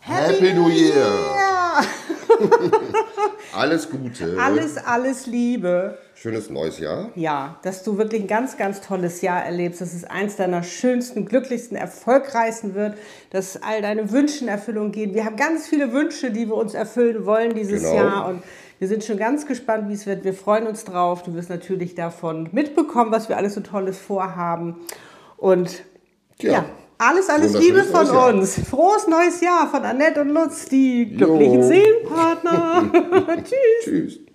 Happy New Year! Alles Gute. Alles, alles Liebe. Schönes neues Jahr. Ja, dass du wirklich ein ganz, ganz tolles Jahr erlebst, dass es eins deiner schönsten, glücklichsten, erfolgreichsten wird, dass all deine Wünsche in Erfüllung gehen. Wir haben ganz viele Wünsche, die wir uns erfüllen wollen dieses Genau. Jahr und wir sind schon ganz gespannt, wie es wird. Wir freuen uns drauf. Du wirst natürlich davon mitbekommen, was wir alles so Tolles vorhaben. Und Tja. ja, alles, alles Wunderschönes Liebe von neues Jahr. uns. Frohes neues Jahr von Annette und Lutz, die glücklichen Jo. Seelenpartner. Tschüss. Tschüss.